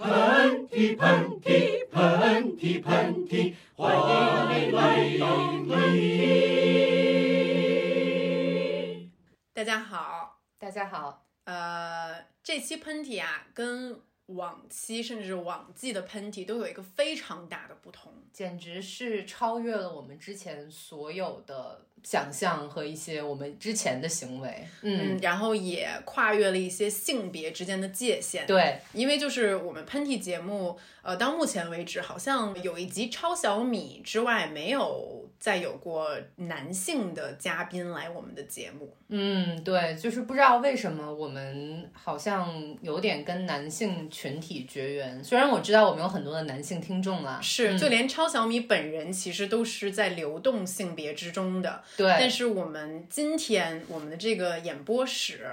喷嚏喷嚏喷嚏喷嚏，欢迎来到你！大家好，大家好，呃，这期喷嚏啊，跟往期甚至是往季的喷嚏都有一个非常大的不同。简直是超越了我们之前所有的想象和一些我们之前的行为。嗯，嗯，然后也跨越了一些性别之间的界限。，对，因为就是我们喷嚏节目，呃，到目前为止好像有一集超小米之外，没有再有过男性的嘉宾来我们的节目。嗯，对，就是不知道为什么我们好像有点跟男性群体绝缘。虽然我知道我们有很多的男性听众啊，是，嗯就连超小米本人其实都是在流动性别之中的。但对，是我们今天我们的这个演播室，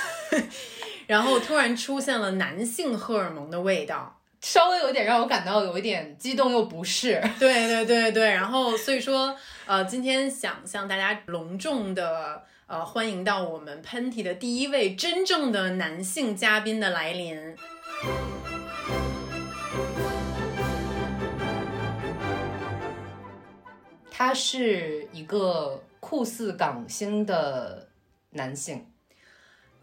然后突然出现了男性荷尔蒙的味道。稍微有点让我感到有一点激动又不适。对对对对，然后所以说，呃，今天想向大家隆重的呃欢迎到我们喷嚏的第一位真正的男性嘉宾的来临。他是一个酷似港星的男性，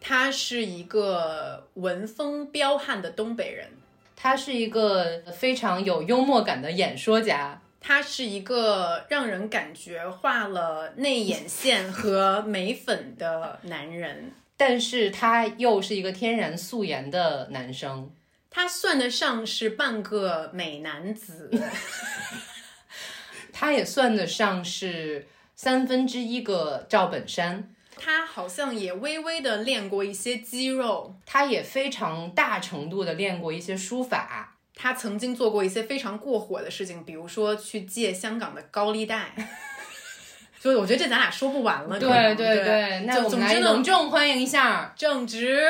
他是一个文风彪悍的东北人，他是一个非常有幽默感的演说家。他是一个让人感觉画了内眼线和眉粉的男人。但是他又是一个天然素颜的男生，他算得上是半个美男 子，他也算得上是三分之一个赵本山，他好像也微微的练过一些肌肉，他也非常大程度的练过一些书法，他曾经做过一些非常过火的事情，比如说去借香港的高利 贷。所以我觉得这咱俩说不完了。可能对对那就我们总来之隆呢，重欢迎一下，正直，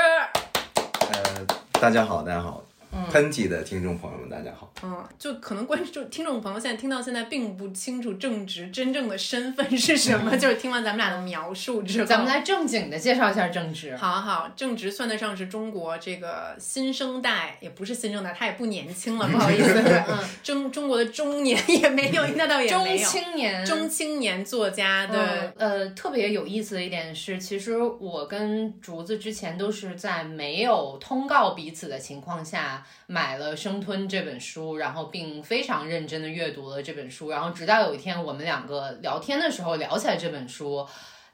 呃，大家好，大家好，喷嚏的听众朋友们，大家好。嗯，就可能观众听众朋友现在听到现在并不清楚正直真正的身份是什么，就是听完咱们俩的描述之后，嗯咱们来正经的介绍一下郑智，好好，正直算得上是中国这个新生代，也不是新生代，他也不年轻了，不好意思， 嗯，中中国的中年也没有， 那倒也中没有，青年，中青年作家对，嗯呃，特别有意思的一点是，其实我跟竹子之前都是在没有通告彼此的情况下买了《生吞》这本书，然后并非常认真的阅读了这本书，然后直到有一天我们两个聊天的时候聊起来这本书。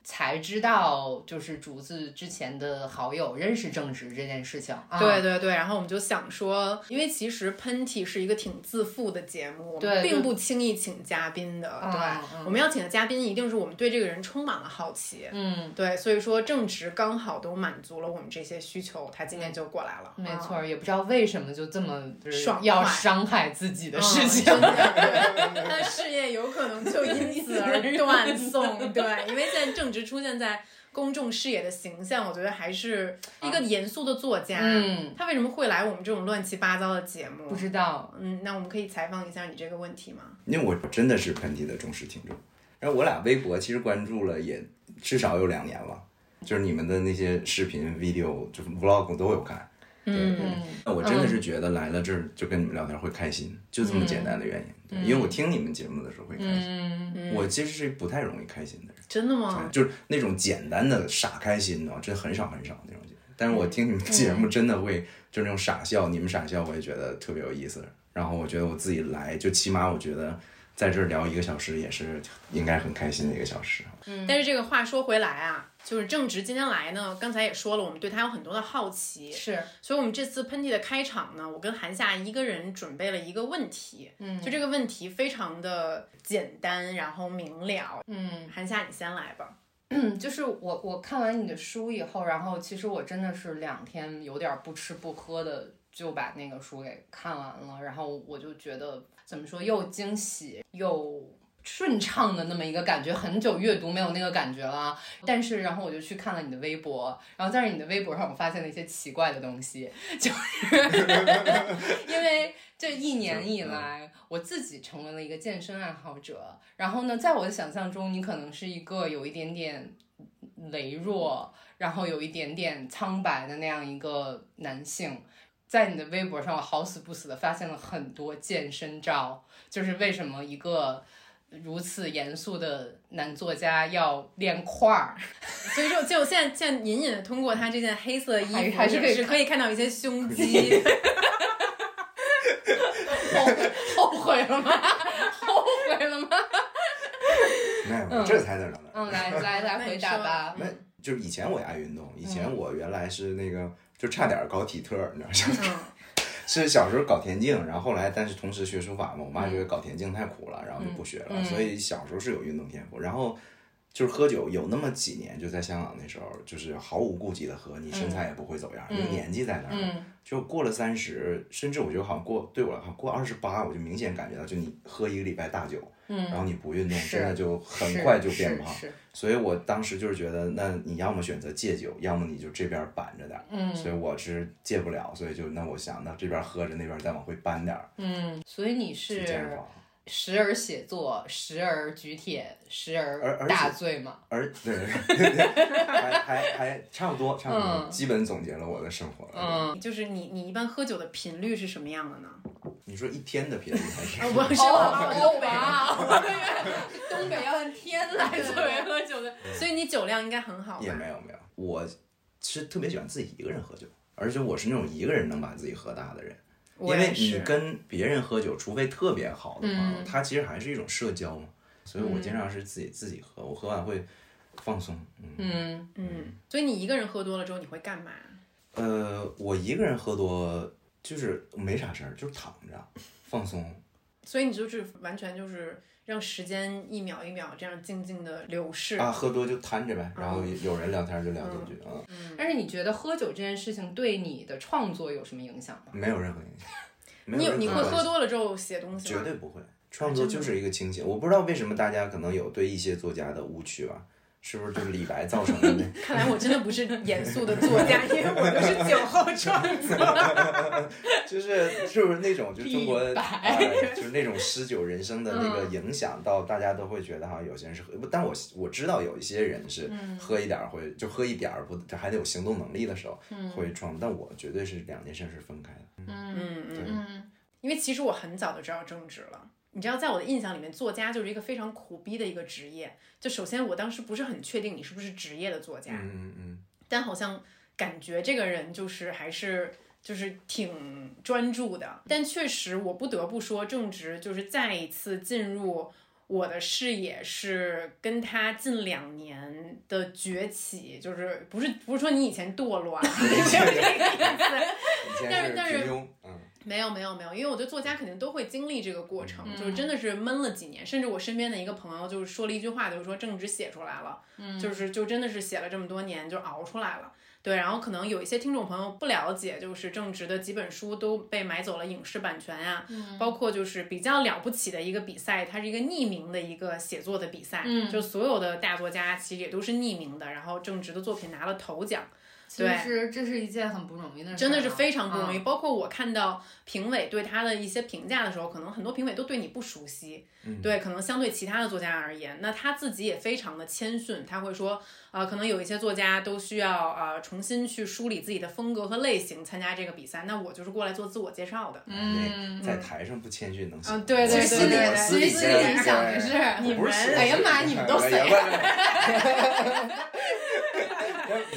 才知道，就是竹子之前的好友认识正直这件事情啊。对对对，然后我们就想说，因为其实喷嚏是一个挺自负的节目，我们对并就不轻易请嘉宾的，对，嗯嗯我们要请的嘉宾一定是我们对这个人充满了好奇，嗯，对，所以说正直刚好都满足了我们这些需求，他今天就过来了，没啊错儿，也不知道为什么就这么就是爽快要伤害自己的事情。嗯真的对他的事业有可能就因 此而断送。对，因为现在正值出现在公众视野的形象，我觉得还是一个严肃的作家。嗯，他为什么会来我们这种乱七八糟的节目不？知道，嗯，那我们可以采访一下你这个问题吗？因为我真的是喷嚏的忠实听众，然后我俩微博其实关注了也至少有两年了，就是你们的那些视频、video、就是 vlog 我都有看。嗯，那我真的是觉得来了这儿就跟你们聊天会开心，就这么简单的原因。对因为我听你们节目的时候会开心，嗯我其实是不太容易开心的人，真的吗？就是那种简单的傻开心呢，真很少很少那种。但是我听你们节目真的会，就那种傻笑，你们傻笑，我也觉得特别有意思。然后我觉得我自己来，就起码我觉得在这儿聊一个小时也是应该很开心的一个小时。但是这个话说回来啊，就是正直今天来呢，刚才也说了，我们对他有很多的好奇。嗯是所以，我们这次喷嚏的开场呢，我跟韩夏一个人准备了一个问题，嗯，就这个问题非常的简单，然后明了，Mm. 嗯，韩夏你先来吧，就是我我看完你的书以后，然后其实我真的是两天有点不吃不喝的就把那个书给看完了，然后我就觉得怎么说又惊喜又。顺畅的那么一个感觉，很久阅读没有那个感觉了。但是，然后我就去看了你的微博，然后在你的微博上，我发现了一些奇怪的东西，就是 因为这一年以来，我自己成为了一个健身爱好者。然后呢，在我的想象中，你可能是一个有一点点羸弱，然后有一点点苍白的那样一个男性。在你的微博上，我好死不死的发现了很多健身照，就是为什么一个如此严肃的男作家要练块儿，所以说，就现在现在隐隐的通过他这件黑色衣服，还还是可以是可以看到一些 胸肌。后悔后 悔了吗？后悔了吗？没有，这才能来。嗯，来来来，回答吧。那就是以前我也爱运动，以前我原来是那个就差点搞体特，你知道吗？嗯，是小时候搞田径，然后后来但是同时学书法嘛，我嗯妈觉得搞田径太苦了，然后就不学了。所以小时候是有运动天赋，然后就是喝酒，有那么几年就在香港那时候，就是毫无顾忌的喝，你嗯身材也不会走样，因为年纪在那儿。就过了三十，甚至我觉得好像过对我来说过二十八，我就明显感觉到，就你喝一个礼拜大酒，然后你不运动，嗯是真的就很快就变是胖。是是所以我当时就是觉得，那你要么选择戒酒，要么你就这边板着点儿。嗯，所以我是戒不了，所以就那我想，那这边喝着，那边再往回搬点儿，嗯，所以你是这样是吧？时而写作，时而举铁，时而而而且大醉嘛。而对，还还还差不多，差不多，嗯基本总结了我的生活了。嗯，就是你你一般喝酒的频率是什么样的呢？你说一天的频率还是？啊 我是哦我是东北人，哇，东北要按天来作为喝酒的。所以你酒量应该很好吧也没有没有，我是特别喜欢自己一个人喝酒，而且我是那种一个人能把自己喝大的人。我因为也你是。跟别人喝酒，除非特别好的朋友，他其实还是一种社交嘛。所以我经常是自己、自己喝，我喝完会放松。嗯， 嗯，嗯，所以你一个人喝多了之后你会干嘛？呃，我一个人喝多就是没啥事儿，就是躺着放松。所以你就是完全就是让时间一秒一秒这样静静的流逝。啊，喝多就瘫着呗，然后有人聊天就聊几句啊、嗯但是你觉得喝酒这件事情对你的创作有什么影响吗？啊没有任何影 响。没你有任你何会关系喝多了之后写东西 绝吗？对不会。创作就是一个清醒，我不知道为什么大家可能有对一些作家的误区吧，是不是就是李白造成的那？看来我真的不是严肃的作 家，因为我都是酒后创作。就是是不是那种就中国 李白呃就是那种诗酒人生的那个嗯影响到大家都会觉得好像有些人是喝，不但我我知道有一些人是嗯喝一点儿会就喝一点儿不还得有行动能力的时候会创，但我绝对是两件事是分开的。嗯嗯。嗯，因为其实我很早就知道政治了。你知道，在我的印象里面，作家就是一个非常苦逼的一个职业。就首先，我当时不是很确定你是不是职业的作家，嗯嗯嗯，但好像感觉这个人就是还是就是挺专注的。但确实，我不得不说，正直就是再一次进入我的视野，是跟他近两年的崛起，就是不是不是说你以前堕落啊， 就是这个意思。以前但是是但是平庸，嗯，没有没有没有，因为我觉得作家肯定都会经历这个过程，就是真的是闷了几年，甚至我身边的一个朋友就是说了一句话，就是说正直写出来了，就是就真的是写了这么多年就熬出来了。对，然后可能有一些听众朋友不了解，就是正直的几本书都被买走了影视版权啊，包括就是比较了不起的一个比赛，它是一个匿名的一个写作的比赛，就所有的大作家其实也都是匿名的，然后正直的作品拿了头奖。其实这是一件很不容易的事儿啊，真的是非常不容易。嗯。包括我看到评委对他的一些评价的时候，可能很多评委都对你不熟悉，对，可能相对其他的作家而言，那他自己也非常的谦逊，他会说，呃，可能有一些作家都需要呃重新去梳理自己的风格和类型参加这个比赛，那我就是过来做自我介绍的。那哎在台上不谦逊能行吗？嗯对对其对实私心里底对我对私其底实下心里想的是，我不是私底下哎呀妈你们都谁呀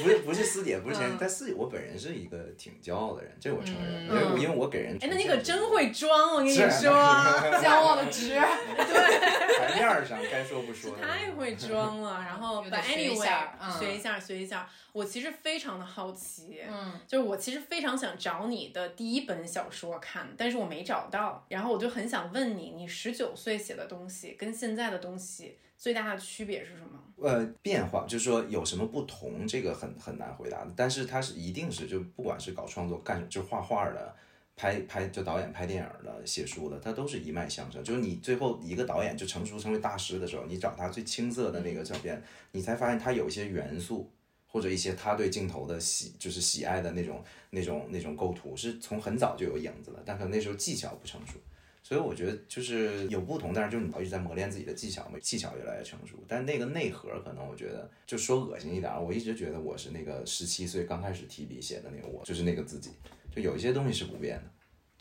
不是不是私底，不是前，但私底我本人是一个挺骄傲的人，这我承认，因为我因为我给人哎，那你可真会装，我跟你是说， 骄傲的直，台面儿上该说 不说的，太会装了，然后 but 有的学一 anyway，下嗯学一下，学一下。我其实非常的好奇，嗯，就是我其实非常想找你的第一本小说看，但是我没找到。然后我就很想问你，你十九岁写的东西跟现在的东西最大的区别是什么？呃，变化就是说有什么不同，这个很很难回答的。但是它是一定是就不管是搞创作干什么，就画画的，拍拍就导演拍电影的，写书的，它都是一脉相承。就是你最后一个导演就成熟成为大师的时候，你找他最青涩的那个照片，你才发现他有一些元素。或者一些他对镜头的喜，就是喜爱的那种、那种、那种构图，是从很早就有影子了，但可能那时候技巧不成熟。所以我觉得就是有不同，但是就是你要一直在磨练自己的技巧嘛，技巧越来越成熟。但那个内核可能我觉得就说恶心一点，啊，我一直觉得我是那个十七岁刚开始提笔写的那个我，就是那个自己，就有一些东西是不变的。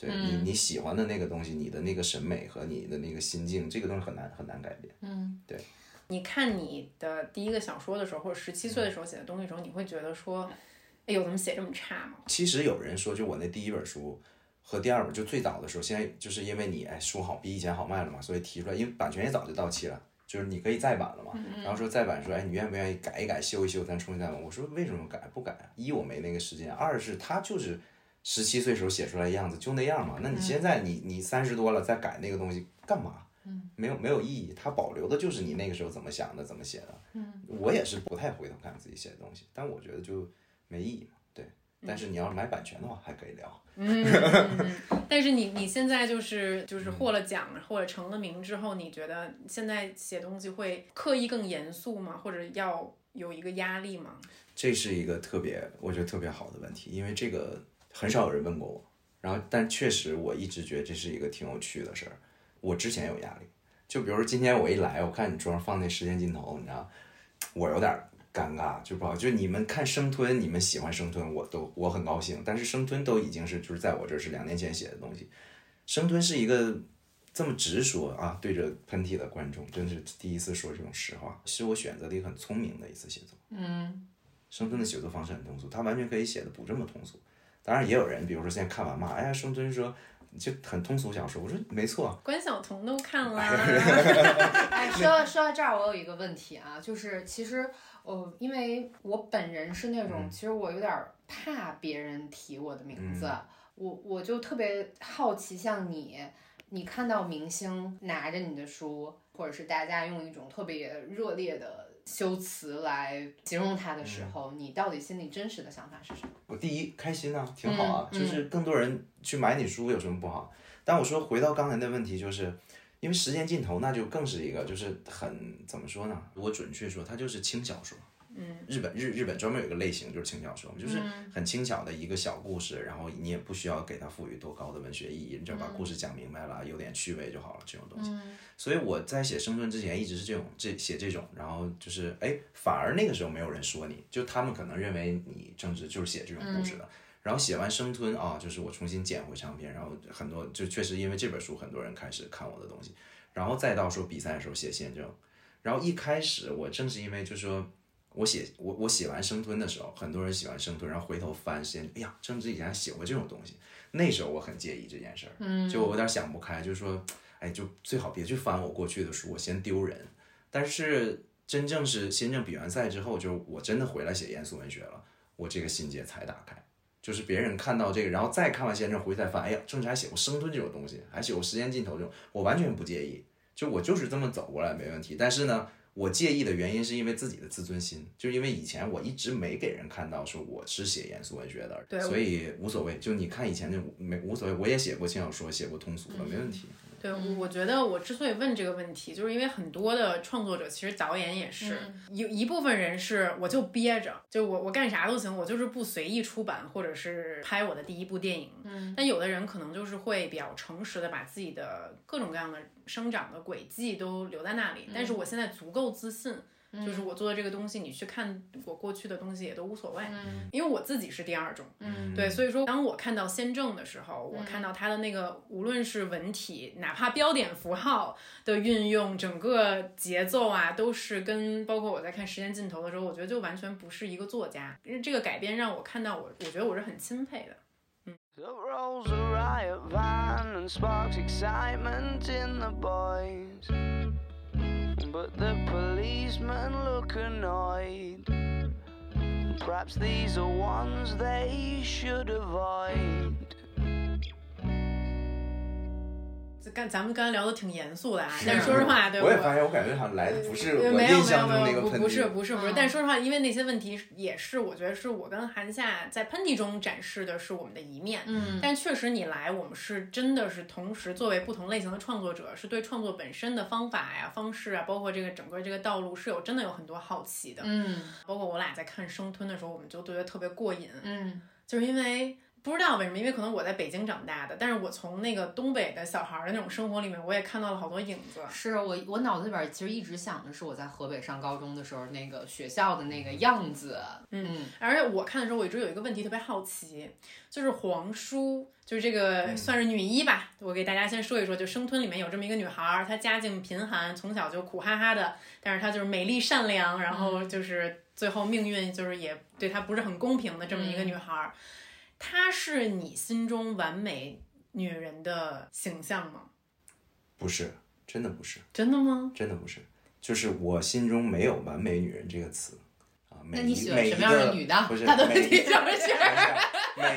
对你你喜欢的那个东西，你的那个审美和你的那个心境，这个东西很难很难改变。你看你的第一个小说的时候，或者十七岁的时候写的东西的时候，你会觉得说，哎呦，怎么写这么差吗？其实有人说，就我那第一本书和第二本，就最早的时候，现在就是因为你哎书好比以前好卖了嘛，所以提出来，因为版权也早就到期了，就是你可以再版了嘛。然后说再版说，哎，你愿不愿意改一改、修一修，咱重新再版？我说为什么改不改啊？一我没那个时间，二是他就是十七岁时候写出来的样子就那样嘛。那你现在你你三十多了再改那个东西干嘛？没有没有意义，它保留的就是你那个时候怎么想的、怎么写的。我也是不太回头看自己写的东西，但我觉得就没意义嘛。对，但是你要是买版权的话，还可以聊。嗯但是你你现在就是就是获了奖或者成了名之后，你觉得现在写东西会刻意更严肃吗？或者要有一个压力吗？这是一个特别，我觉得特别好的问题，因为这个很少有人问过我。然后，但确实我一直觉得这是一个挺有趣的事儿。我之前有压力，就比如说今天我一来，我看你桌上放那时间尽头，你知道，我有点儿尴尬，就不好。就你们看生吞，你们喜欢生吞，我都我很高兴。但是生吞都已经是就是在我这儿是两年前写的东西，生吞是一个这么直说啊，对着喷嚏的观众，真是第一次说这种实话，是我选择的一个很聪明的一次写作。生吞的写作方式很通俗，他完全可以写的不这么通俗。当然也有人，比如说现在看完骂，哎呀，生吞说就很通俗小说，我说没错，关晓彤都看了啊，哎，说到说到这儿，我有一个问题啊，就是其实呃，因为我本人是那种，其实我有点儿怕别人提我的名字，我我就特别好奇，像你，你看到明星拿着你的书，或者是大家用一种特别热烈的修辞来形容他的时候，你到底心里真实的想法是什么？我第一开心啊，挺好啊，就是更多人去买你书有什么不好？但我说回到刚才的问题，就是因为时间尽头，那就更是一个就是很怎么说呢？如果准确说，它就是轻小说。嗯，日本日日本专门有一个类型就是轻小说，就是很轻巧的一个小故事，然后你也不需要给它赋予多高的文学意义，你只要把故事讲明白了，有点趣味就好了，这种东西。所以我在写生存之前一直是这种这写这种，然后就是哎，反而那个时候没有人说你，就他们可能认为你正直就是写这种故事的。然后写完生吞啊，就是我重新捡回唱片，然后很多就确实因为这本书，很多人开始看我的东西，然后再到说比赛的时候写宪政，然后一开始我正是因为就是说我写我我写完生吞的时候，很多人喜欢生吞，然后回头翻时间，哎呀，郑智以前还写过这种东西，那时候我很介意这件事儿，嗯，就我有点想不开，就说哎，就最好别去翻我过去的书，我嫌丢人。但是真正是新政比完赛之后，就是我真的回来写严肃文学了，我这个心结才打开。就是别人看到这个，然后再看完先生回去再翻，哎呀，郑治还写过生吞这种东西，还写过时间尽头这种，我完全不介意，就我就是这么走过来没问题。但是呢，我介意的原因是因为自己的自尊心，就因为以前我一直没给人看到说我是写严肃文学对的，所以无所谓。就你看以前就没无所谓，我也写过轻小说，写过通俗的，没问题。对，我我觉得我之所以问这个问题，就是因为很多的创作者，其实导演也是、有一部分人是我就憋着，就我我干啥都行，我就是不随意出版或者是拍我的第一部电影。嗯，但有的人可能就是会比较诚实的把自己的各种各样的生长的轨迹都留在那里，但是我现在足够自信。就是我做的这个东西，你去看我过去的东西也都无所谓，因为我自己是第二种，嗯对，所以说当我看到先正的时候，我看到他的那个无论是文体，哪怕标点符号的运用，整个节奏啊，都是跟包括我在看时间尽头的时候，我觉得就完全不是一个作家，因为这个改编让我看到我，我觉得我是很钦佩的。 The rolls a riot van and sparks excitement in the boys. But the policemen look annoyed. Perhaps these are ones they should avoid. 就刚咱们刚才聊的挺严肃的啊，但是说实话，对我也发现，我感觉好像来的不是呃我没有印没有象中没那有，个不喷不是嚏。不是不是，嗯但说实话，因为那些问题是也是，我觉得是我跟韩夏在喷嚏中展示的是我们的一面，嗯但确实你来，我们是真的是同时作为不同类型的创作者，是对创作本身的方法呀、方式啊，包括这个整个这个道路是有真的有很多好奇的，嗯包括我俩在看生吞的时候，我们就觉得特别过瘾，嗯就是因为不知道为什么，因为可能我在北京长大的，但是我从那个东北的小孩儿的那种生活里面，我也看到了好多影子。嗯是啊我，我脑子里边其实一直想的是我在河北上高中的时候那个学校的那个样子。嗯，而且我看的时候，我一直有一个问题特别好奇，就是皇叔，就是这嗯个算是女一吧。我给大家先说一说，就生吞里面有这么一个女孩儿，她家境贫寒，从小就苦哈哈的，但是她就是美丽善良，然嗯后就是最后命运就是也对她不是很公平的这么嗯一个女孩儿。她是你心中完美女人的形象吗？不是，真的不是，真的吗？真的不是，就是我心中没有完美女人这个词啊。每那你一喜欢每什么一样的个女的不是，大头每一弟什么 事等一儿？下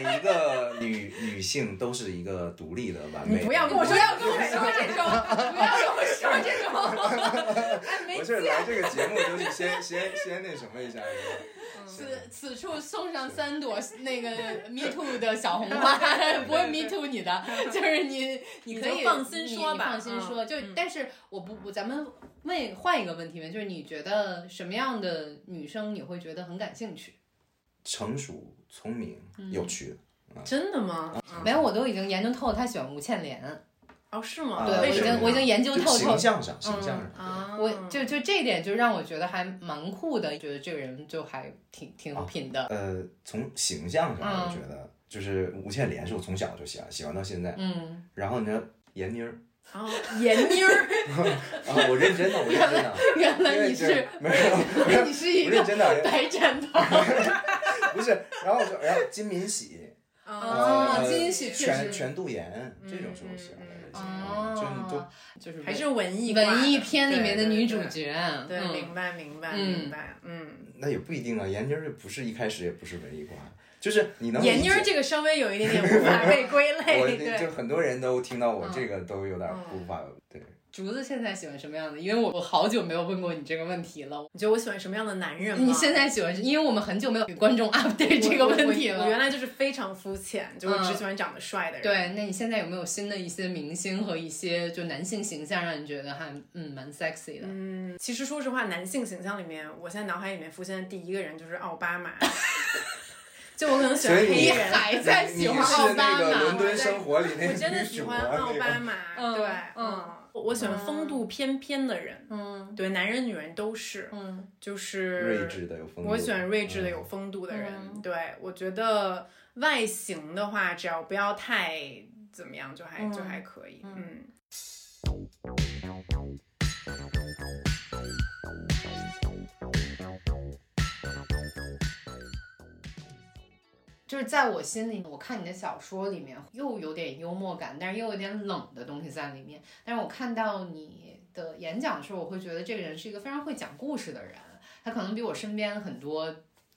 每一个女女性都是一个独立的完美。不要跟我不说要跟我说这种，不要跟我说这种，哎，没不是来这个节目就是先先先那什么一下，是吧此此处送上三朵那 个 me too 的小红花，不会 me too 你的，就是你你可你就以放心说你吧放心说。嗯就嗯但是我不不，咱们问换一个问题问，就是你觉得什么样的女生你会觉得很感兴趣？成熟、聪明、嗯有趣。真的吗？没有，我都已经研究透了，她喜欢吴倩莲，哦，是吗？啊对我为已什么经我已经研究就嗯透嗯透形。象上，形象上，啊？我就就这一点就让我觉得还蛮酷的，觉得这个人就还挺挺有品的。呃，从形象上，嗯我觉得就是吴倩莲是我从小就喜欢，喜欢到现在。嗯，然后呢，闫妮儿 哦，闫妮儿，啊，我认真的，我认真的， 原因来为你这是没有，你是一我个认真的，白枕 头。不是。然后我说，然后金敏喜，嗯啊呃金喜 确实嗯全全度妍这种是我喜欢的类型，嗯就你哦都，就是还是文艺挂的文艺片里面的女主。角，对对对对，嗯明白明白嗯明白，嗯，那也不一定啊。闫妮儿就不是一开始也不是文艺挂，就是你能闫妮儿理解这个稍微有一点点无法被归类，我 就对，很多人都听到我嗯这个都有点嗯无法对。竹子现在喜欢什么样的？因为我我好久没有问过你这个问题了。你觉得我喜欢什么样的男人吗？ 你现在喜欢是，因为我们很久没有给观众 update 这个问题我我我原了。嗯来就是非常肤浅，就我只喜欢长得帅的人。对，那你现在有没有新的一些明星和一些就男性形象让你觉得还嗯蛮 sexy 的？嗯，其实说实话，男性形象里面，我现在脑海里面浮现的第一个人就是奥巴马， 就我可能喜欢所以黑你人。还在哎喜欢你是奥那巴个伦马？敦生活里 那我个真的女喜主欢啊奥那巴个马，嗯对，嗯，我我喜欢风度翩翩的人，嗯对，男人女人都是，嗯就是睿智的有风度，我喜欢睿智的、嗯有风度的人。嗯对，我觉得外形的话，只要不要太怎么样，就还、就嗯还可以。嗯，就是在我心里，我看你的小说里面又有点幽默感，但是又有点冷的东西在里面。但是我看到你的演讲的时候，我会觉得这个人是一个非常会讲故事的人，他可能比我身边很多。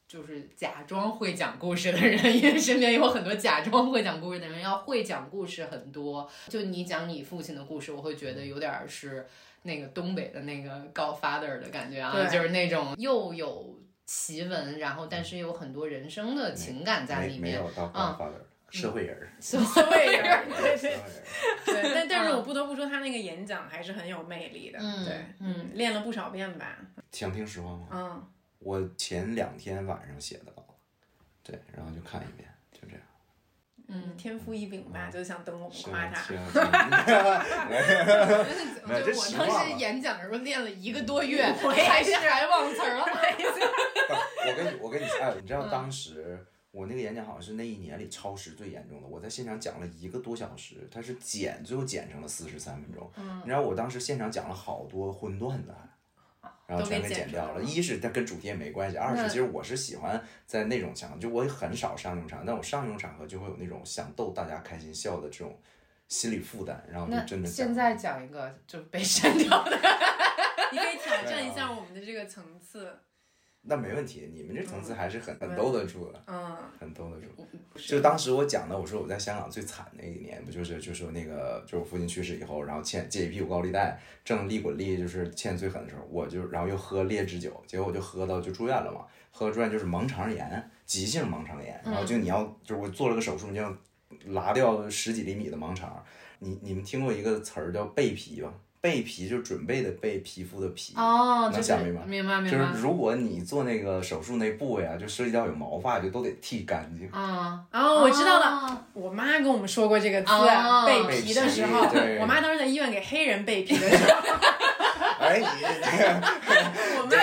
就是假装会讲故事的人， 因为身边有很多假装会讲故事的人，要会讲故事很多。就你讲你父亲的故事，我会觉得有点儿是那个东北的那个 Godfather 的感觉啊，对就是那种又有奇闻，然后但是有很多人生的情感在嗯没里没面。有到嗯 Godfather 社会 人儿， 所嗯对以，呀对社会对人儿对，但但是嗯我不得不说，他那个演讲还是很有魅力的。嗯对，嗯，练了不少遍吧。想听实话吗？嗯，我前两天晚上写的稿，对，然后就看一遍，就这样。嗯，天赋异禀吧，就想等我们是夸吗？他。 没有就这是我实当话时嘛演讲的时候练了嗯一个多月，还是还忘词儿了。我跟你，我跟你，哎，你知嗯道当时我那个演讲好像是那一年里超时最严重的，我在现场讲了一个多小时，它是剪，最后剪成了四十三分钟。嗯，你知道我当时现场讲了好多混乱的。然后全给剪掉都给了。剪出来了一是它跟主题也没关系，二是那其实我是喜欢在那种场合，就我很少上那种场合，但我上那种场合就会有那种想逗大家开心笑的这种心理负担，然后就真的讲现在讲一个就被删掉的， 你可以挑战一啊下我们的这个层次。那没问题，你们这层次还是很很兜得住的，哦嗯，很兜得住。就当时我讲的，我说我在香港最惨的一年，不就是就是那个就是我父亲去世以后，然后欠借一屁股高利贷，挣利滚利，就是欠最狠的时候，我就然后又喝劣质酒，结果我就喝到就住院了嘛，喝住院就是盲肠炎，急性盲肠炎，然后嗯就你要就是我做了个手术，你就要拉掉十几厘米的盲肠。你你们听过一个词儿叫背皮吧？备皮就准备的备皮肤的皮，哦，能就是想明白明白就明是白，如果你做那个手术那部位啊，就涉及到有毛发，就都得剃干净。啊，哦，我知道了，了，我妈跟我们说过这个字，哦备皮的时候备皮对，我妈当时在医院给黑人备皮的时候，哎， 你这个我们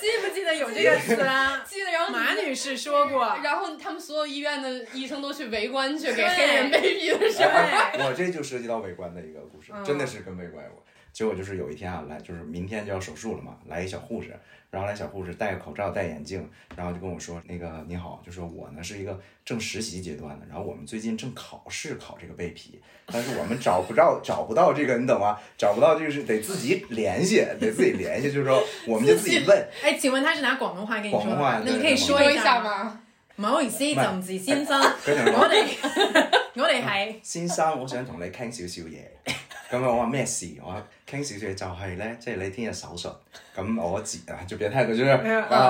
记不记得有这个词啊？ 记得然后马女士说 过，然后他们所有医院的医生都去围观去给对黑人被逼的时候，哎我这就涉及到围观的一个故事，嗯真的是跟围观有关。结果就是有一天啊，来就是明天就要手术了嘛，来一小护士，然后来小护士戴个口罩戴眼镜，然后就跟我说那个你好，就说我呢是一个正实习阶段的，然后我们最近正考试考这个背皮，但是我们找不着找不到这个，你懂吗？找不到就是得自己联系，得自己联系，就是说我们就自己问，哎，请问她是拿广东话跟你说的广东话吗？那你对可以对说说一下下？吗？唔意思，就唔是先生，跟你我说哋我哋 係先生，我想同你傾少少嘢。 咁我話咩事？我話傾少少嘢就係咧，即係你聽日手術，咁我自啊就別太過，就是啊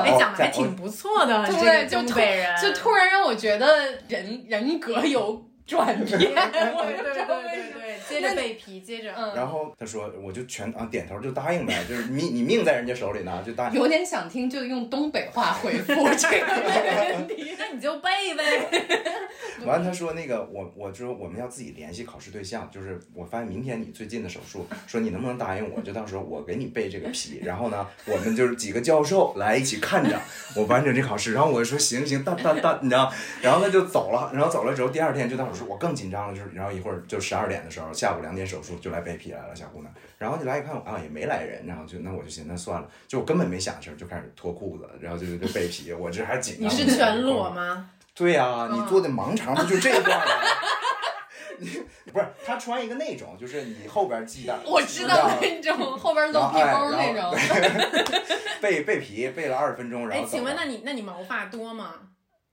哎我讲的还在我挺不错的，这对个就东突北人，就突然让我觉得人人格有转 变，我对也不对知对道为对什么。对，接着被皮，接着。嗯，然后他说，我就全啊点头就答应呗，就是 命你命在人家手里呢，就 答应。有点想听，就用东北话回复这个问题。那你就背嗯呗。完了，他说那个我我就说我们要自己联系考试对象，就是我发现明天你最近的手术，说你能不能答应我，就到时候我给你备这个皮， 然后呢，我们就是几个教授来一起看着 我完成这考试，然后我就说行行，当当当，你知道，然后他就走了，然后走了之后，第二天就到手术，我更紧张了，就是然后一会儿就十二点的时候，下午两点手术就来备皮来了，小姑娘，然后就来一看我啊也没来人，然后就那我就寻思那算了，就我根本没想事儿，就开始脱裤子，然后就就备皮，我这还紧你张，是全裸？吗？对呀、啊，嗯你做的盲肠不就这一段吗？ 你不是他穿一个那种，就是你后边系 带，我知道那种后边露屁然股后那哎种， 背背皮背了二十分钟，然哎，后请问走那了你那你毛发多 吗？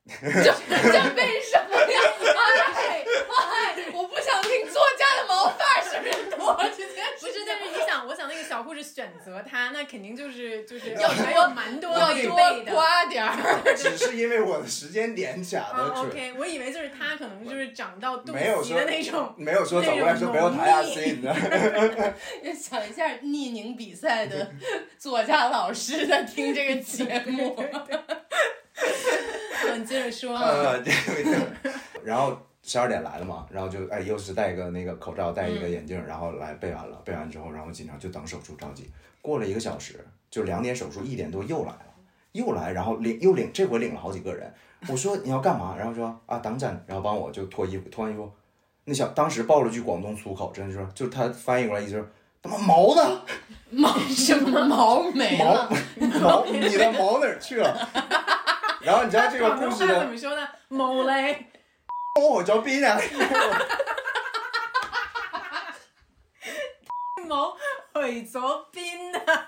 就就为什么呀？哎哎，我不想听作家的毛发是多，直接 不是，但是你想，我想那个小护士选择他，那肯定就是就是要还有蛮多要可以多背的。刮点儿。只是因为我的时间点卡的啊准。 ，OK，我以为就是他可能就是长到肚没有脐说的那种。没有说走过来说没有抬下啊 C，你知道吗？想一下逆龄比赛 的作家老师在听这个节目，嗯，接着 说。呃，这个，然后十二点来了嘛，然后就哎，又是戴个那个口罩，戴一个眼镜，然后来备完了，备完之后，然后紧张就等手术着急，过了一个小时，就两点手术，一点多又来了，又来，然后领又领，这回领了好几个人，我说你要干嘛？然后说啊挡诊，然后帮我就脱衣服，脱完衣服，那小当时爆了句广东粗口，真的是，就是他翻译过来一句。他妈毛呢？毛什么毛啊没毛了？毛，你的毛哪儿去了？ 然后你知道这个广故东 事话的怎么说呢？某嘞，我叫冰 啊！某去咗邊啊？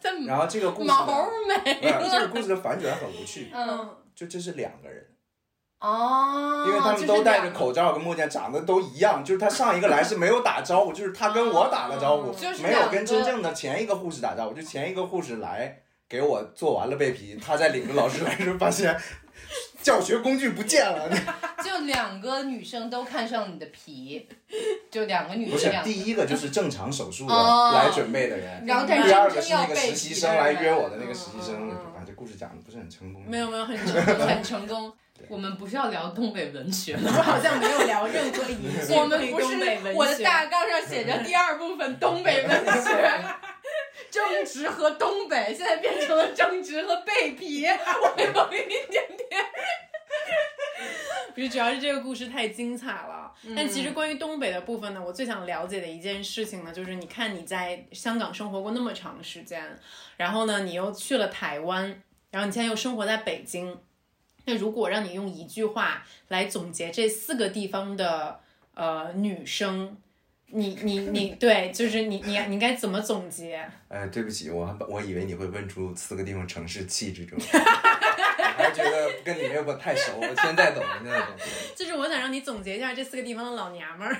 这 然后这个故事的毛没没有这个了？故事的反转很无趣，嗯，就这是两个人，哦，因为他们都戴着口罩跟墨镜，长得都一样，就是他上一个来是没有打招呼，就是他跟我打了招呼，嗯就是没两有个跟真正的前一个护士打招呼，就前一个护士来给我做完了背皮，他再领着老师来时候发现教学工具不见 了，就是两个，就两个女生都看上你的皮，就两个女不生是两个，第一个就是正常手术的啊哦来准备的人。然后但第二是个真正是那要个被实皮习的生来约人哦我的那个实习生嗯嗯，啊，这故事讲的不是很成功。没有没有，很成功很成 功。我们不是要聊东北文学吗？我好像没有聊任何一句 我们不是关于东北文我的学大纲上写着第二部分东北文 学，正直和东北，现在变成了正直和 被皮，我有一点点。不是，主要是这个故事太精彩了。但其实关于东北的部分呢，我最想了解的一件事情呢，就是你看你在香港生活过那么长时间，然后呢，你又去了台湾，然后你现在又生活在北京。那如果让你用一句话来总结这四个地方的呃女生，你你你对，就是你你你该怎么总结？哎，对不起，我还我以为你会问出四个地方城市气质这种，我还觉得跟你没有太熟，我现在懂了，现在懂了。就是我想让你总结一下这四个地方的老娘们儿。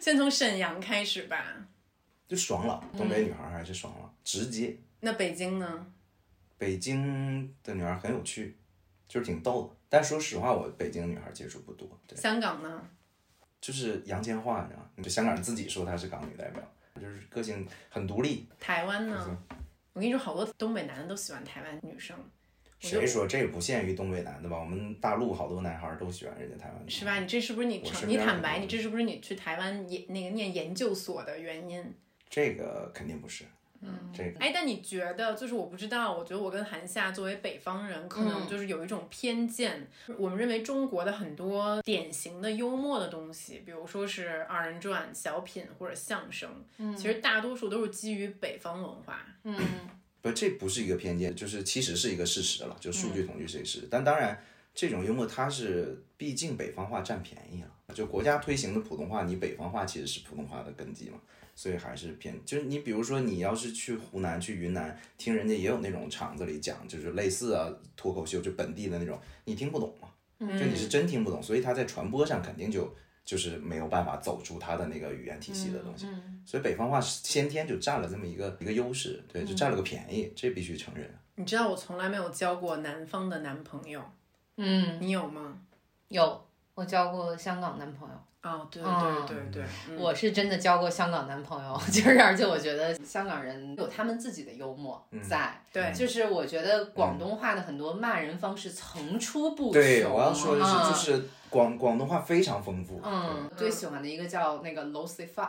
先从沈阳开始吧。就爽朗，东北女孩还是爽朗，直接。那北京呢？北京的女孩很有趣，就是挺逗的。但说实话，我北京女孩接触不多，对，香港呢？就是杨千嬅，你知道吗，就香港人自己说她是港女代表，就是个性很独立。台湾是呢？我跟你说，好多东北男的都喜欢台湾女生，我就谁说这也不限于东北男的吧？我们大陆好多男孩都喜欢人家台湾女孩，是吧？你这是不是你我身你边坦很白，多你这是不是你去台湾研那个念研究所的原因？这个肯定不是。嗯，这个哎，但你觉得，就是我不知道，我觉得我跟韩夏作为北方人，可能嗯就是有一种偏见，我们认为中国的很多典型的幽默的东西，比如说是二人转、小品或者相声，嗯其实大多数都是基于北方文化。不，这不是一个偏见，就是其实是一个事实了，就数据统计是一个事实。但当然，这种幽默它是毕竟北方话占便宜了，就国家推行的普通话，你北方话其实是普通话的根基嘛，所以还是偏。就是你比如说，你要是去湖南、去云南，听人家也有那种厂子里讲，就是类似啊脱口秀，就本地的那种，你听不懂嘛，就你是真听不懂，所以它在传播上肯定就就是没有办法走出它的那个语言体系的东西。嗯所以北方话是先天就占了这么一个一个优势，对，就占了个便宜，这必须承认。你知道我从来没有交过南方的男朋友，嗯，你有吗？有，我交过香港男朋友。哦，对嗯对对对，嗯我是真的交过香港男朋友， 就是而且我觉得香港人有他们自己的幽默嗯在，对就是我觉得广东话的很多骂人方式层出不穷。对，我要说的是，嗯就是广广东话非常丰富。嗯，对最喜欢的一个叫那个 l o s i f a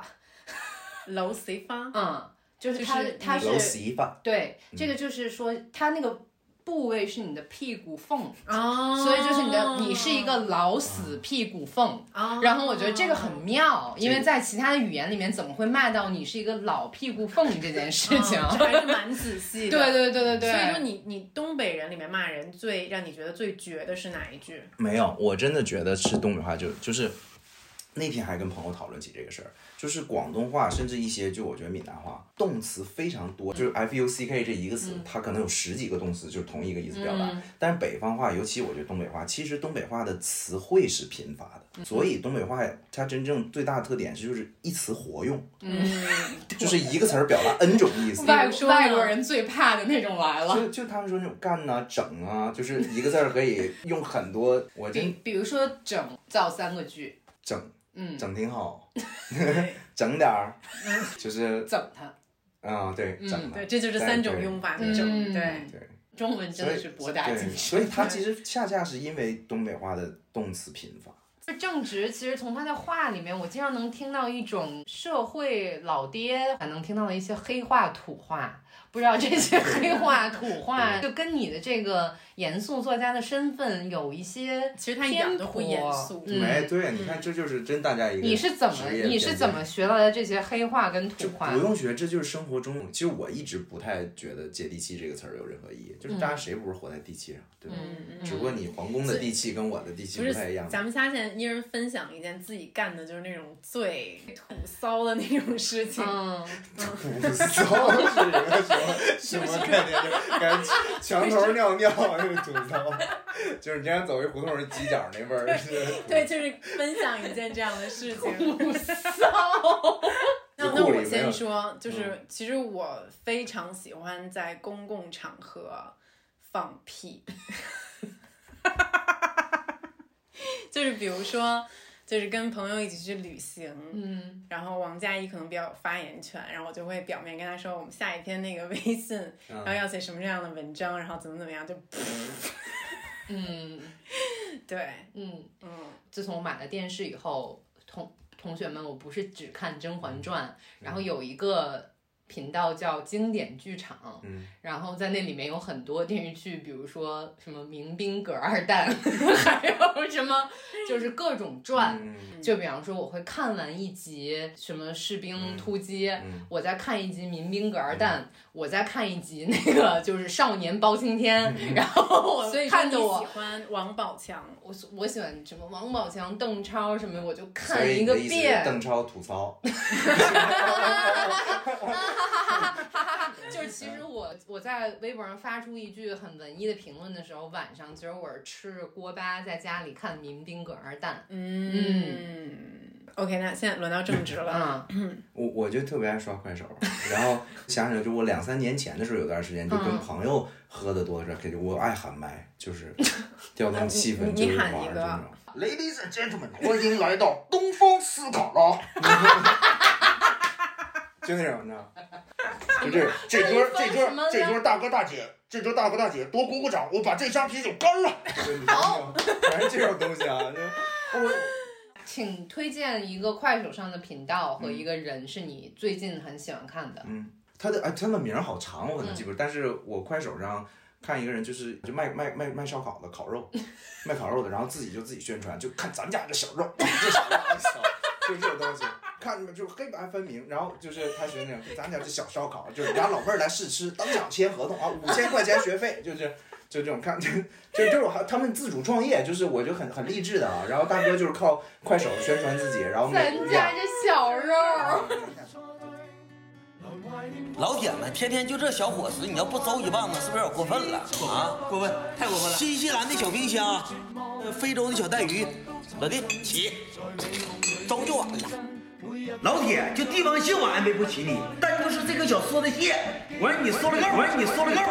楼随方，嗯，就是就是他你他但是楼媳妇，对嗯这个就是说他那个部位是你的屁股缝，哦，所以就是你的你是一个老死屁股缝。哦，然后我觉得这个很妙，因为在其他的语言里面怎么会骂到你是一个老屁股缝这件事情？哦这还是蛮仔细的。 对对对对对，所以说你你东北人里面骂人最让你觉得最绝的是哪一句？没有，我真的觉得是东北话就就是。那天还跟朋友讨论起这个事儿，就是广东话，甚至一些就我觉得闽南话动词非常多，就是 f u c k 这一个词，它可能有十几个动词，就是同一个意思表达。但是北方话，尤其我觉得东北话，其实东北话的词汇是贫乏的，所以东北话它真正最大的特点是就是一词活用， 就是一个词儿表达 n 种意思。外比如说呢外国人最怕的那种来了。就就他们说那种干呐、整啊，就是一个字儿可以用很多，我比真比如说整造三个句，整嗯，整挺好， 整点儿，就是整他，啊、对，整对，的，这就是三种用法对的嗯整。对，对，中文真所的以是博大精对，深。所以它其实恰恰是因为东北话的动词贫乏，就正直，其实从他的话里面，我经常能听到一种社会老爹，还能听到的一些黑话土话。不知道这些黑话土话， 就跟你的这个严肃作家的身份有一些，其实他一点都不严肃。嗯没哎对，你看这就是真大家一个，你是怎么职业你是偏怎见么学到的这些黑话跟土话不？用学，这就是生活中。其实我一直不太觉得“接地气”这个词儿有任何意义，就是嗯大家谁不是活在地气上，对吧？只不过你皇宫的地气跟我的地气不嗯不是太一样，。咱们仨现在一人分享一件自己干的，就是那种最土骚的那种事情。嗯，不骚是一个什么什么概念？就感觉墙头尿尿就是吐槽，就是你这样走一胡同儿犄角那味儿是。 对，就是分享一件这样的事情。 那那就故里我没先有嗯说，就是其实我非常喜欢在公共场合放屁， 就是比如说，就是跟朋友一起去旅行，嗯，然后王佳怡可能比较有发言权，然后我就会表面跟她说，我们下一篇那个微信，嗯然后要写什么这样的文章，然后怎么怎么样，就嗯对，嗯，嗯。自从我买了电视以后，同同学们，我不是只看《甄嬛传》，然嗯后有一个频道叫经典剧场，嗯然后在那里面有很多电视剧，比如说什么《民兵葛二蛋》， 还有什么就是各种传。嗯就比方说，我会看完一集什么士兵突击，嗯我再看一集《民兵葛二蛋》，我再看一集那个就是《少年包青天》，嗯然后我所以说看你着我喜欢王宝强，我喜我喜欢什么王宝强、邓超什么，我就所看以一你个的意思是遍，邓超吐槽， 就是其实我我在微博上发出一句很文艺的评论的时候，晚上其实我是吃着锅巴在家里看《民兵葛二蛋》。嗯， OK，那现在轮到正直了。嗯我我就特别爱刷快手，然后想想就我两三年前的时候，有段时间就跟朋友喝的多的时候，可以我爱喊麦，就是调动气你氛，你就是喊玩一儿个这种。 Ladies and gentlemen，欢迎来到东方思考了。就那种你知道，就 这种这桌这什么桌呢这桌大哥大姐，这桌大哥大姐多鼓鼓掌，我把这箱啤酒干了。就你知道吗反正这种东西啊，就我请推荐一个快手上的频道和一个人是你最近很喜欢看的。他的哎，他的名儿好长，我可能记不住。但是我快手上看一个人，就是就卖卖卖卖烧烤的烤肉，卖烤肉的，然后自己就自己宣传，就看咱家这小肉，咱这小肉啊，小就这种东西，看就黑白分明。然后就是他学那种，咱家这小烧烤，就是家老妹儿来试吃，当场签合同啊，五千块钱学费，就是。就这种看，就就就是我他们自主创业，就是我就很很励志的啊。然后大哥就是靠快手宣传自己，然后每咱家这小肉儿，老铁们，天天就这小伙食，你要不走一棒子，是不是有点过分了啊？过分，太过分了！新西兰的小冰箱，呃非洲的小带鱼，老弟起，粥就完了。老铁，就地方性我安排不起你，但就是这个小梭子蟹，我让你缩了够，我让你缩了够。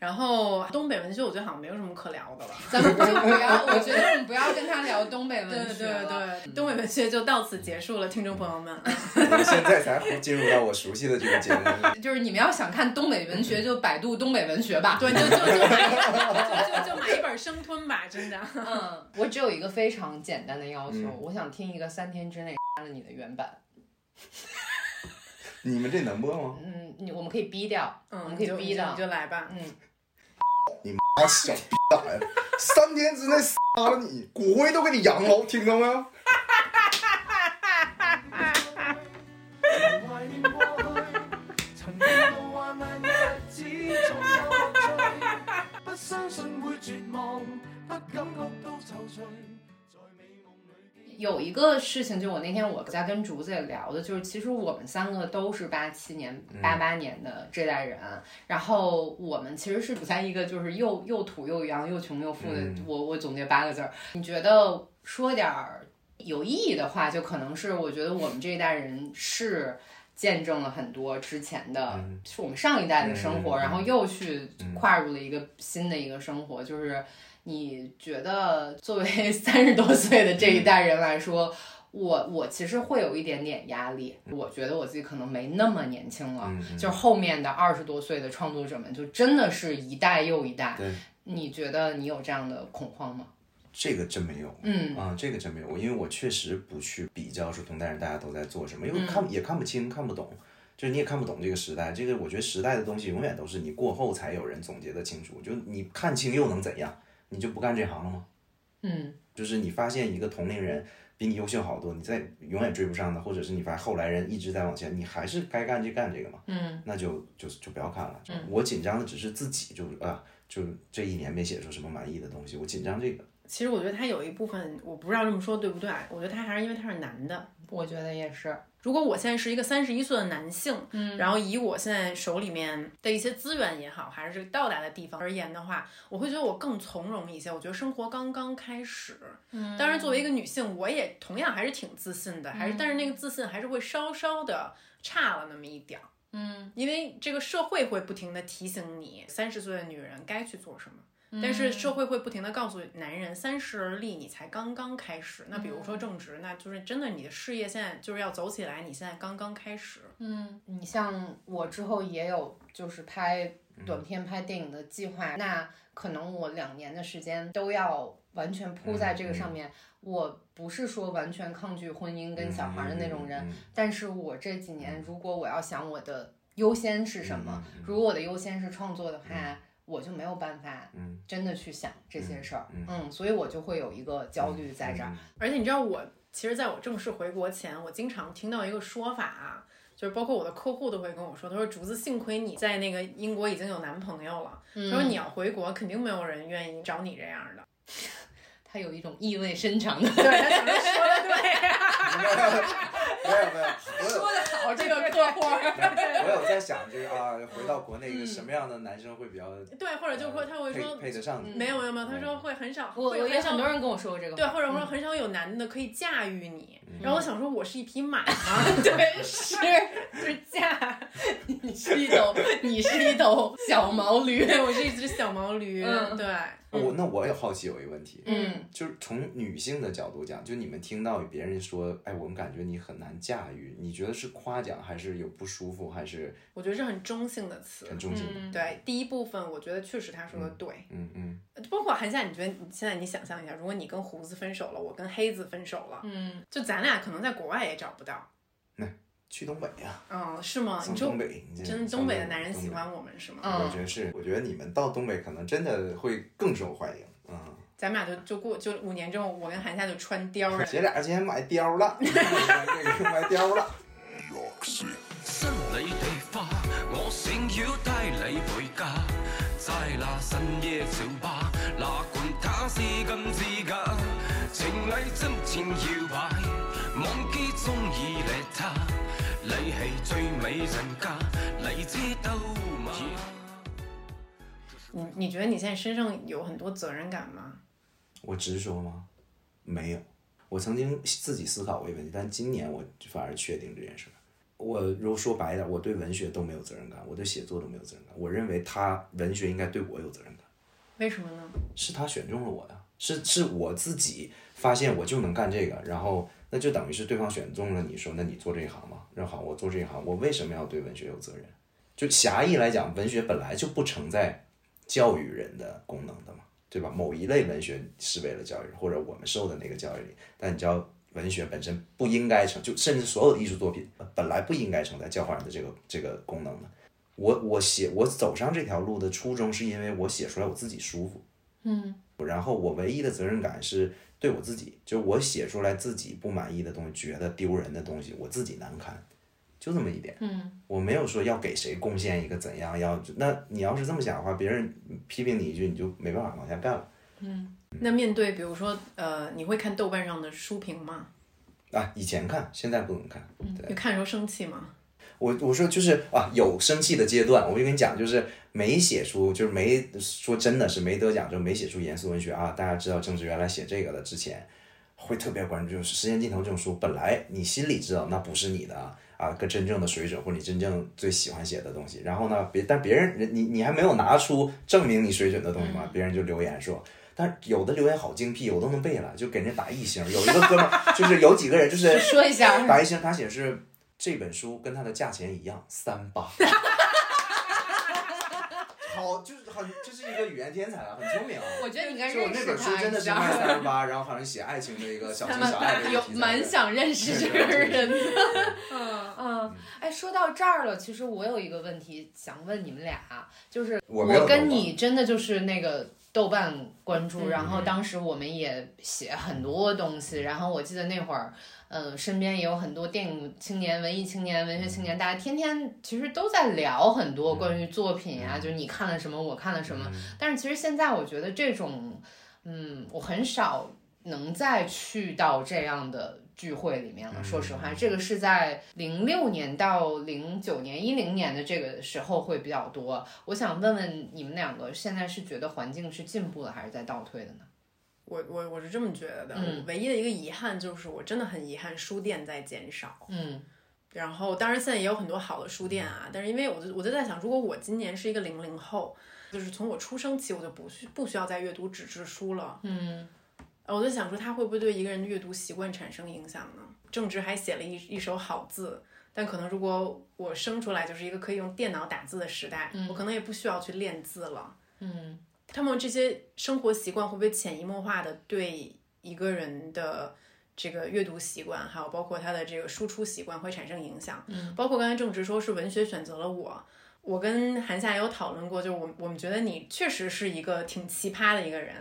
然后东北文学，我觉得好像没有什么可聊的了。咱们就不要，我觉得我们不要跟他聊东北对文学对了。对，东北文学就到此结束了，听众朋友们。我现在才进入到我熟悉的这个节目。就是你们要想看东北文学，就百度东北文学吧。对，就就就买就就就买一本《生吞》吧，真的。嗯，我只有一个非常简单的要求，嗯我想听一个三天之内 杀了你的原版。你们这能播吗？嗯，你我们可以逼掉，嗯，我们可以就逼掉你就。来吧。嗯，啊，小逼崽子，三天之内杀了你，骨灰都给你扬喽，听到没有？有一个事情，就我那天我在跟竹子也聊的，就是其实我们三个都是八七年、八八年的这代人，啊然后我们其实是处在一个就是又又土又洋又穷又富的。嗯我我总结八个字儿，你觉得说点儿有意义的话，就可能是我觉得我们这一代人是。见证了很多之前的，嗯是我们上一代的生活，嗯嗯嗯然后又去嗯跨入了一个新的一个生活，就是你觉得作为 三十多岁的这一代人来说，我我其实会有一点点压力，我觉得我自己可能没那么年轻了。嗯嗯就是后面的二十多岁的创作者们，就真的是一代又一代。对，你觉得你有这样的恐慌吗？这个真没有。嗯啊，这个真没有，因为我确实不去比较说同代人大家都在做什么，因为嗯看、也看不清、看不懂，就是你也看不懂这个时代。这个我觉得时代的东西永远都是你过后才有人总结的清楚，就你看清又能怎样？你就不干这行了吗？嗯就是你发现一个同龄人比你优秀好多，你再永远追不上的，或者是你发现后来人一直在往前，你还是该干就干这个嘛。嗯那就就就不要看了。就嗯我紧张的只是自己就，啊，就这一年没写出什么满意的东西，我紧张这个。其实我觉得他有一部分，我不知道这么说对不对，我觉得他还是因为他是男的。我觉得也是。如果我现在是一个三十一岁的男性，嗯然后以我现在手里面的一些资源也好，还是到达的地方而言的话，我会觉得我更从容一些。我觉得生活刚刚开始。嗯，当然，作为一个女性，我也同样还是挺自信的，还是、但是那个自信还是会稍稍的差了那么一点儿。嗯，因为这个社会会不停的提醒你，三十岁的女人该去做什么。但嗯是社会会不停的告诉男人，三十而立，你才刚刚开始。那比如嗯说正直，那就是真的你的事业现在就是要走起来，你现在刚刚开始。嗯，你像我之后也有就是拍嗯短片、拍电影的计划，那可能我两年的时间都要完全扑在这个嗯上面。我不是说完全抗拒婚姻跟小孩的那种人，嗯，嗯但是我这几年如果我要想我的优先嗯是什么，如果我的优先是创作的话，我就没有办法嗯真的去想这些事儿。嗯嗯，所以我就会有一个焦虑在这儿。而且你知道我，其实在我正式回国前，我经常听到一个说法啊，就是包括我的客户都会跟我说，他说竹子，幸亏你在那个英国已经有男朋友了，嗯他嗯说你要回国，肯定没有人愿意找你这样的。它有一种意味深长的 对，他想说的对。嗯 没有没有，我有说的好，这个客户儿。我有在想这个啊，回到国嗯内一个什么样的男生会比较对，或者就会他会呃配说配嗯得上你？没有没有没有，他说会很少， 我我会有很很少多人跟我说过这个嗯对，话，或者说很少有男的可以驾驭你。嗯然后我想说，我是一匹马吗？ 对，是就是驾，你是一头，你是一头小毛驴，我是一只小毛驴。嗯对，哦我那我也好奇有一个问题， 嗯，就是从女性的角度讲，就你们听到别人说，哎，我们感觉你很难驾驭，你觉得是夸奖还是有不舒服，还是我觉得是很中性的词很。中性嗯的？对，第一部分我觉得确实他说的对，嗯嗯，包括韩夏，你觉得你现在你想象一下，如果你跟胡子分手了，我跟黑子分手了，嗯，就咱俩可能在国外也找不到。去东北呀、嗯，是吗？上你说东北，你这真的上东北的男人喜欢我们是吗？东北。嗯我觉得是，我觉得你们到东北可能真的会更受欢迎。嗯，咱们俩就就过就五年之后，我跟韩夏就穿貂儿了。姐俩今天买 貂了，买貂了。新理地花，我想要带你回家。在那深夜酒吧，哪管他是金是假，情侶真前搖擺，忘記中意你他，你係最美人家，你知道嗎？你你觉得你现在身上有很多责任感吗？我直说吗？没有，我曾经自己思考过一个问题，但今年我反而确定这件事儿。我如果说白点，我对文学都没有责任感，我对写作都没有责任感。我认为他文学应该对我有责任感，为什么呢？是他选中了我呀，是是我自己发现我就能干这个，然后那就等于是对方选中了你说，那你做这一行吧。那好，我做这一行，我为什么要对文学有责任？就狭义来讲，文学本来就不承载教育人的功能的嘛，对吧？某一类文学是为了教育人，或者我们受的那个教育里，但你知道，文学本身不应该承，就甚至所有的艺术作品呃本来不应该承载教化人的这个这个功能的。我我写我走上这条路的初衷是因为我写出来我自己舒服，嗯，然后我唯一的责任感是对我自己，就我写出来自己不满意的东西，觉得丢人的东西，我自己难堪，就这么一点，我没有说要给谁贡献一个怎样，要那你要是这么想的话，别人批评你一句，你就没办法往下干了那面对比如说呃，你会看豆瓣上的书评吗？啊。以前看，现在不能看。你看的时候生气吗？我我说就是啊，有生气的阶段，我就跟你讲，就是没写出，就是没说真的是没得奖就没写出严肃文学啊。大家知道郑治原来写这个的之前，会特别关注，就是时间尽头这种书，本来你心里知道那不是你的啊啊，跟真正的水准或者你真正最喜欢写的东西。然后呢，别但别人人你你还没有拿出证明你水准的东西嘛，别人就留言说。但是有的留言好精辟，我都能背了，就给人家打一星。有一个哥们儿，就是有几个人，就是说一下，打一星，他写是这本书跟它的价钱一样，三八。好，就是很，这是一个语言天才啊，很聪明啊。我觉得你应该就我认那识本书他，真你的知是道卖吗？三十八，然后好像写爱情的一个小情他们小爱的一个有题材 蛮想认识这个人的。嗯，嗯，哎，说到这儿了，其实我有一个问题想问你们俩，啊就是我没有跟豆瓣你真的就是那个豆瓣关注，嗯然后当时我们也写很多东西，然后我记得那会儿，呃，身边也有很多电影青年、文艺青年、文学青嗯年，大家天天其实都在聊很多关于作品啊，嗯就是你看了什么，我看了什么。但是其实现在我觉得这种，嗯，我很少能再去到这样的聚会里面了。说实嗯话，这个是在零六年到零九年、一零年的这个时候会比较多。我想问问你们两个，现在是觉得环境是进步了还是在倒退的呢？我我我是这么觉得的。嗯唯一的一个遗憾就是，我真的很遗憾书店在减少。嗯然后，当然现在也有很多好的书店啊，但是因为我就我就在想，如果我今年是一个零零后，就是从我出生起，我就不需不需要再阅读纸质书了。嗯呃我就想说，它会不会对一个人的阅读习惯产生影响呢？郑执还写了一一手好字，但可能如果我生出来就是一个可以用电脑打字的时代，我可能也不需要去练字了。嗯他们这些生活习惯会不会潜移默化的对一个人的这个阅读习惯，还有包括他的这个输出习惯会产生影响？嗯，包括刚才正直说是文学选择了我，我跟韩夏也有讨论过，就是我们我们觉得你确实是一个挺奇葩的一个人，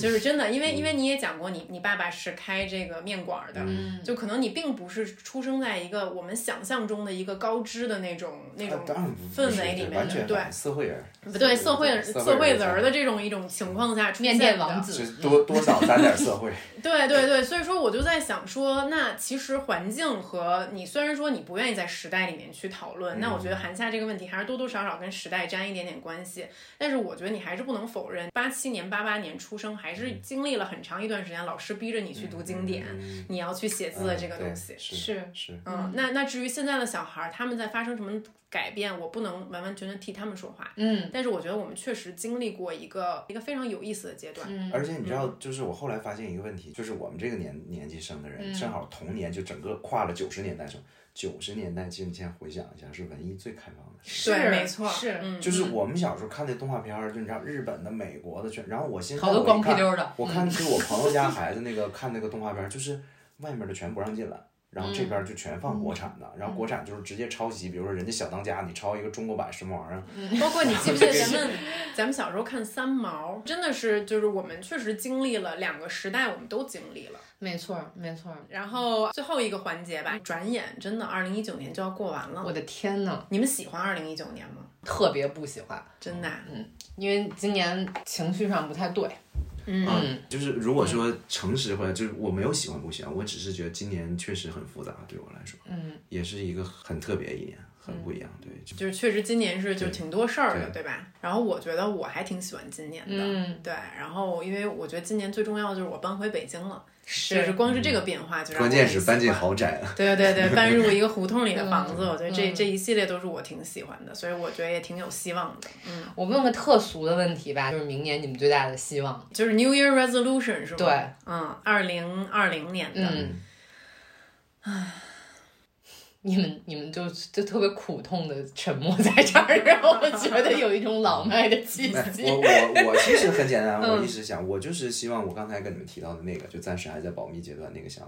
就是真的，因为因为你也讲过你你爸爸是开这个面馆儿的，嗯嗯就可能你并不是出生在一个我们想象中的一个高知的那种那种啊当然不是氛围里对面完的，全对反社会人，不对社会社会会人儿的这种一种情况下出面现店的王就子嗯是多多少沾点社会，对对对，所以说我就在想说，那其实环境和你虽然说你不愿意在时代里面去讨论，那我觉得韩夏这个问题还是多多少少跟时代沾一点点关系。但是我觉得你还是不能否认，八七年、八八年出生，还是经历了很长一段时间，老师逼着你去读经典，嗯你要去写字的这个对东西。是是是，嗯，那那至于现在的小孩儿，他们在发生什么改变，我不能完完全全替他们说话。嗯但是我觉得我们确实经历过一个一个非常有意思的阶段。嗯而且你知道，就是我后来发现一个问题，就是我们这个年年纪生的嗯人，正好同年就整个跨了九十年代生。九十年代，其实你现在回想一下，是文艺最开放的时是对，没错，是嗯，就是我们小时候看的动画片儿，就你知道日本的、美国的，全。然后我现在好多光屁我一看溜儿的嗯我看就是我朋友家孩子那个看那个动画片儿，就是外面的全不让进来，然后这嗯边儿就全放国产的，然后国产就是直接抄袭，比如说人家小当家，你抄一个中国版什么玩意儿，包括你记不记得咱们咱们小时候看三毛，真的是就是我们确实经历了两个时代，我们都经历了。没错没错，然后最后一个环节吧，转眼真的二零一九年就要过完我了。的天呐，你们喜欢二零一九年吗？特别不喜欢，真的啊、嗯因为今年情绪上不太对。嗯，就是如果说诚实回来，就是我没有喜欢不喜欢，我只是觉得今年确实很复杂，对我来说，嗯，也是一个很特别一年，很不一样，对，就就是确实今年是就对挺多事儿的，对对吧？然后我觉得我还挺喜欢今年的，嗯对。然后因为我觉得今年最重要的就是我搬回北京了，是就是光是这个变化就让嗯关我键很是喜搬进欢豪宅了，对对对，搬入一个胡同里的房子，嗯我觉得这这一系列都是我挺喜欢的，所以我觉得也挺有希望的。嗯，我问个特俗的问题吧，就是明年你们最大的希望？就是 New Year Resolution 是吧？对，嗯，二零二零年的，嗯，你们你们就就特别苦痛的沉默在这儿，然后我觉得有一种老迈的气 哎 息。我我我其实很简单，我一直想，我就是希望我刚才跟你们提到的那个，就暂时还在保密阶段那个项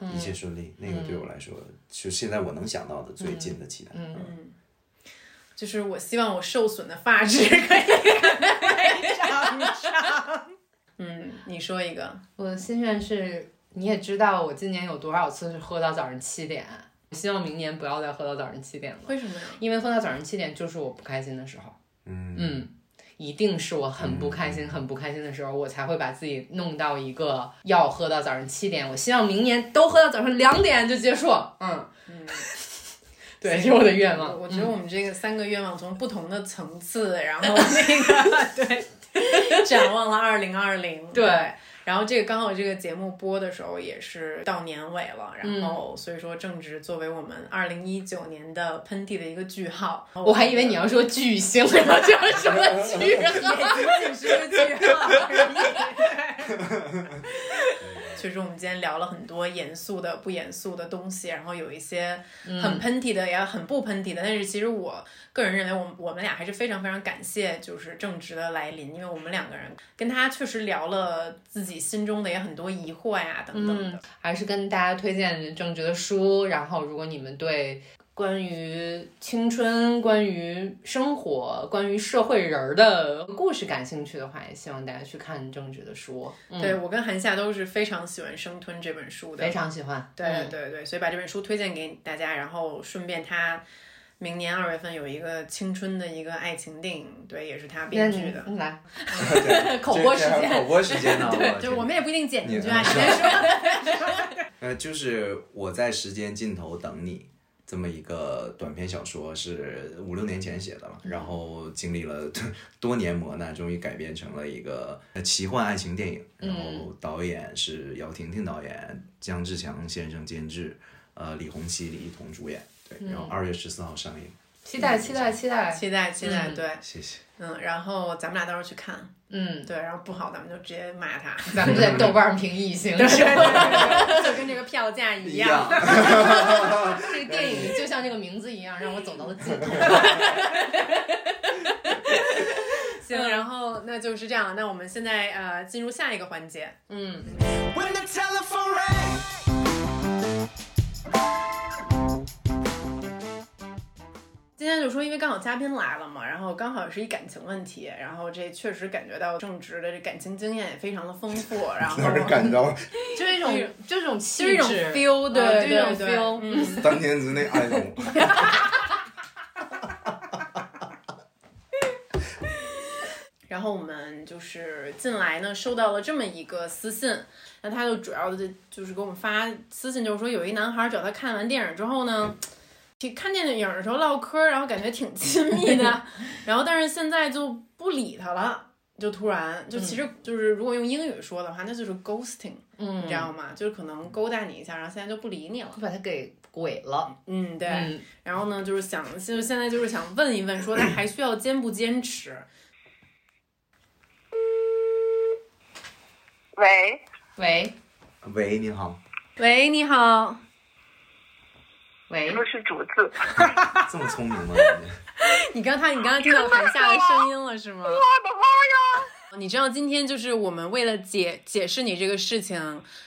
目，一切顺利，那个对我来说，就现在我能想到的最近的期待。嗯就是我希望我受损的发质可 以长长。嗯，你说一个，我的心愿是，你也知道我今年有多少次是喝到早上七点，希望明年不要再喝到早上七点了，为什么呀？因为喝到早上七点就是我不开心的时候。嗯嗯，一定是我很不开心、很不开心的时候，我才会把自己弄到一个要喝到早上七点。我希望明年都喝到早上两点就结束。嗯，嗯，对，这是我的愿我望。 我觉得我们这个三个愿望从不同的层次，然后 那个对，展望了二零二零。对然后这个刚好这个节目播的时候也是到年尾了，嗯然后所以说正值作为我们二零一九年的喷嚏的一个句号，我还以为你要说巨星，然后就是什么巨仅仅是个句号而已。确实，我们今天聊了很多严肃的、不严肃的东西，然后有一些嗯很喷嚏的，也很不喷嚏的。但是，其实我个人认为，我们我们俩还是非常非常感谢就是正直的来临，因为我们两个人跟他确实聊了自己心中的也很多疑惑呀、等等的。还是跟大家推荐正直的书。然后，如果你们对关于青春、关于生活、关于社会人儿的故事感兴趣的话，也希望大家去看正直的书。嗯，对我跟韩夏都是非常喜欢《生吞》这本书的，非常喜欢。对嗯对对，所以把这本书推荐给大家，然后顺便他明年二月份有一个青春的一个爱情电影，对，也是他编剧的。那你来，对 口播时间这这还有口播时间呢， 对，我就是我们也不一定剪进你去啊，嗯你别说。呃，就是我在时间尽头等你这么一个短篇小说，是五六年前写的了，然后经历了多年磨难，终于改编成了一个呃奇幻爱情电影。然后导演是姚婷婷导演，姜志强先生监制，呃，李红旗、李一桐主演。对，然后二月十四号上映，期待期待期 待。期待期待，嗯对，谢谢。嗯，然后咱们俩到时候去看，嗯，对，然后不好咱们就直接骂他，咱们就在豆瓣上评一星，对是对吧？对对就跟这个票价一样。这个电影就像这个名字一样，让我走到了 尽头。行，嗯然后那就是这样，那我们现在呃进入下一个环节，嗯， When the telephone rang, 今天就说，因为刚好嘉宾来了嘛，然后刚好是一感情问题，然后这确实感觉到正直的这感情经验也非常的丰富，然后 让人感觉到 就是一种就是一种气就是一种质 feel，对嗯对就一种对 feel，嗯三天之内爱上我。然后我们就是进来呢，收到了这么一个私信，那他就主要的就是给我们发私信，就是说有一男孩找他看完电影之后呢，去看电影的时候唠嗑，然后感觉挺亲密 的，然后但是现在就不理他了。就突然，就其实就是如果用英语说的话，那就是 ghosting，、嗯，你知道吗？就是可能勾搭你一下，然后现在就不理你了。就把他给鬼了，嗯，对。嗯然后呢，就是想，就是现在就是想问一问，说他还需要坚不坚持？喂，喂 喂，你好，喂，你好。喂，又是竹子，这么聪明吗？你刚才你刚才听到韩夏的声音了是吗？我的妈呀！你知道今天就是我们为了解解释你这个事情，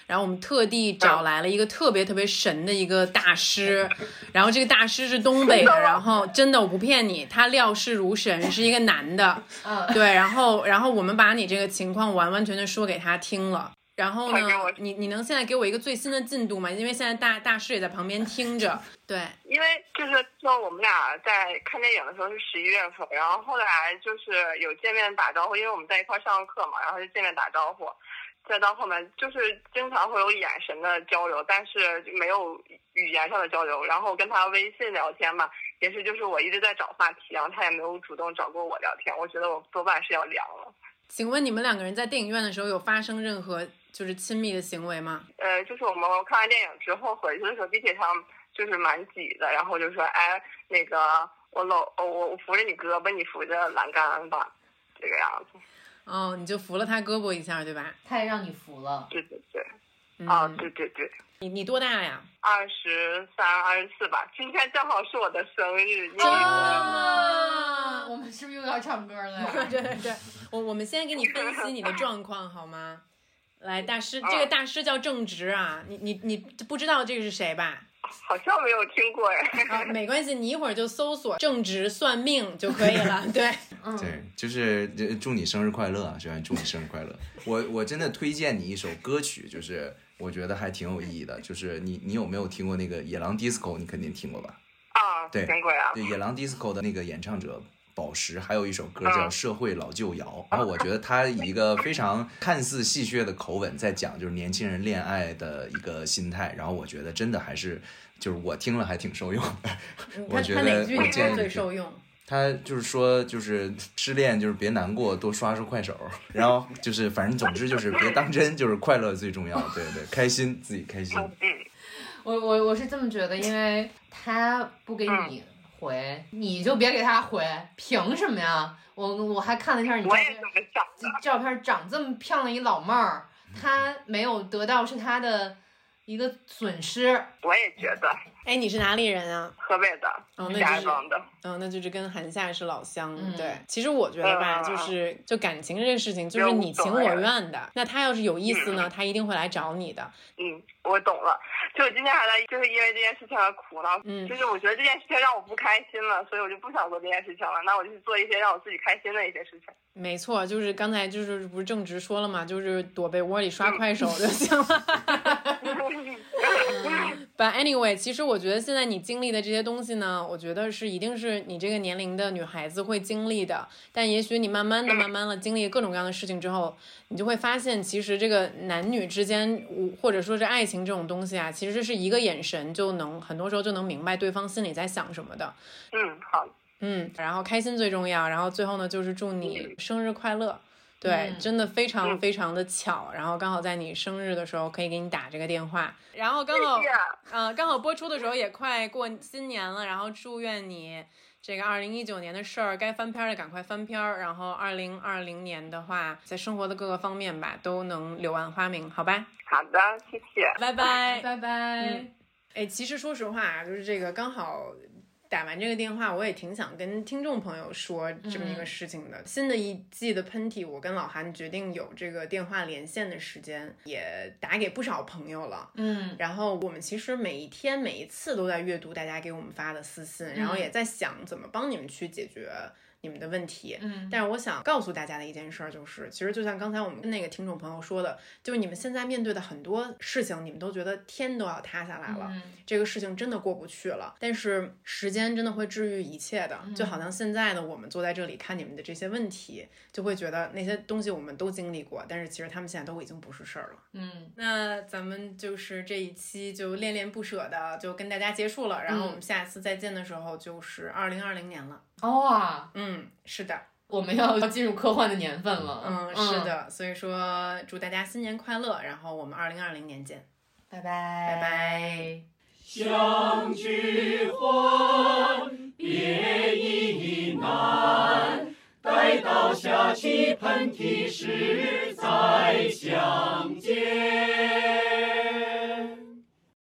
然后我们特地找来了一个特别特别神的一个大师，然后这个大师是东北的，然后真的我不骗你，他料事如神，是一个男的，嗯对，然后然后我们把你这个情况完完全全说给他听了。然后呢快给我，你你能现在给我一个最新的进度吗？因为现在大大师也在旁边听着， 对，因为就是说我们俩在看电影的时候是十一月份，然后后来就是有见面打招呼，因为我们在一块儿上课嘛，然后就见面打招呼，再到后面就是经常会有眼神的交流，但是没有语言上的交流。然后我跟他微信聊天嘛，也是就是我一直在找话题，然后他也没有主动找过我聊天，我觉得我多半是要凉了。请问你们两个人在电影院的时候有发生任何就是亲密的行为吗？呃，就是我们看完电影之后回去的时候，地铁上就是蛮挤的，然后我就说，哎，那个我搂我我扶着你胳膊，你扶着栏杆吧，这个样子，哦，你就扶了他胳膊一下，对吧？太让你服了，对对对，嗯、啊，对对对，你你多大呀？二十三、二十四吧，今天正好是我的生日，因为哦啊我们是不是又要唱歌了 呀？ 对对对，我我们先给你分析你的状况好吗？来，大啊师，这个大师叫正直啊，你你你不知道这个是谁吧？好像没有听过哎，啊，没关系，你一会儿就搜索正直算命就可以了。对，对，就是就祝你生日快乐，啊，小安，祝你生日快乐。我我真的推荐你一首歌曲，就是我觉得还挺有意义的，就是你你有没有听过那个野狼 disco？你肯定听过吧？啊，对听过呀，对，野狼 disco 的那个演唱者宝石，还有一首歌叫《社会老旧谣》，然后我觉得他以一个非常看似戏谑的口吻在讲就是年轻人恋爱的一个心态，然后我觉得真的还是就是我听了还挺受用的。 我他觉他哪得句我你觉建得议最你受用？他就是说，就是失恋就是别难过，多刷刷快手， 然后就是反正总之就是别当真，就是快乐最重要，对对，开心自己开心。嗯，我我我是这么觉得，因为他不给嗯你回，你就别给他回，凭什么呀？我我还看了一下你照我也片这，么想的，照片长这么漂亮一老妹儿，她没有得到是她的一个损失。我也觉得哎，你是哪里人啊？河北的哦，那石家就是庄的，嗯，那就是跟韩夏是老乡。嗯对，其实我觉得吧，嗯就是就感情这个事情，就有是你情所我谓愿的。那他要是有意思呢，他一定会来找你的。嗯，我懂了，就今天还在就是因为这件事情而苦恼，嗯就是我觉得这件事情让我不开心了，所以我就不想做这件事情了，那我就去做一些让我自己开心的一些事情。没错，就是刚才就是不是正直说了嘛，就是躲被窝里嗯刷快手就行了。But anyway，其实我觉得现在你经历的这些东西呢，我觉得是一定是你这个年龄的女孩子会经历的。但也许你慢慢的、慢慢的经历各种各样的事情之后，你就会发现，其实这个男女之间，我或者说是爱情这种东西啊，其实是一个眼神就能，很多时候就能明白对方心里在想什么的。嗯，好，嗯，然后开心最重要，然后最后呢，就是祝你生日快乐。对，嗯真的非常嗯非常的巧，然后刚好在你生日的时候可以给你打这个电话，然后刚好谢，啊谢，嗯、刚好播出的时候也快过新年了，然后祝愿你这个二零一九年的事儿该翻篇儿的赶快翻篇儿，然后二零二零年的话，在生活的各个方面吧都能柳暗花明，好吧，好的，谢谢。拜拜。拜拜。嗯哎，其实说实话啊，就是这个刚好打完这个电话，我也挺想跟听众朋友说这么一个事情的。新的一季的喷嚏，我跟老韩决定有这个电话连线的时间，也打给不少朋友了。嗯然后我们其实每一天每一次都在阅读大家给我们发的私信，然后嗯也在想怎么帮你们去解决你们的问题。嗯但是我想告诉大家的一件事儿就是，其实就像刚才我们那个听众朋友说的，就是你们现在面对的很多事情，你们都觉得天都要塌下来了，嗯这个事情真的过不去了。但是时间真的会治愈一切的，嗯就好像现在呢，我们坐在这里看你们的这些问题，就会觉得那些东西我们都经历过，但是其实他们现在都已经不是事儿了。嗯，那咱们就是这一期就恋恋不舍的就跟大家结束了，然后我们下次再见的时候就是二零二零年了。哦啊，嗯，是的，我们要进入科幻的年份了。嗯，是，的，所以说祝大家新年快乐，然后我们二零二零年见，拜拜，拜拜拜。相聚欢，别亦难。待到下期喷嚏时再相见。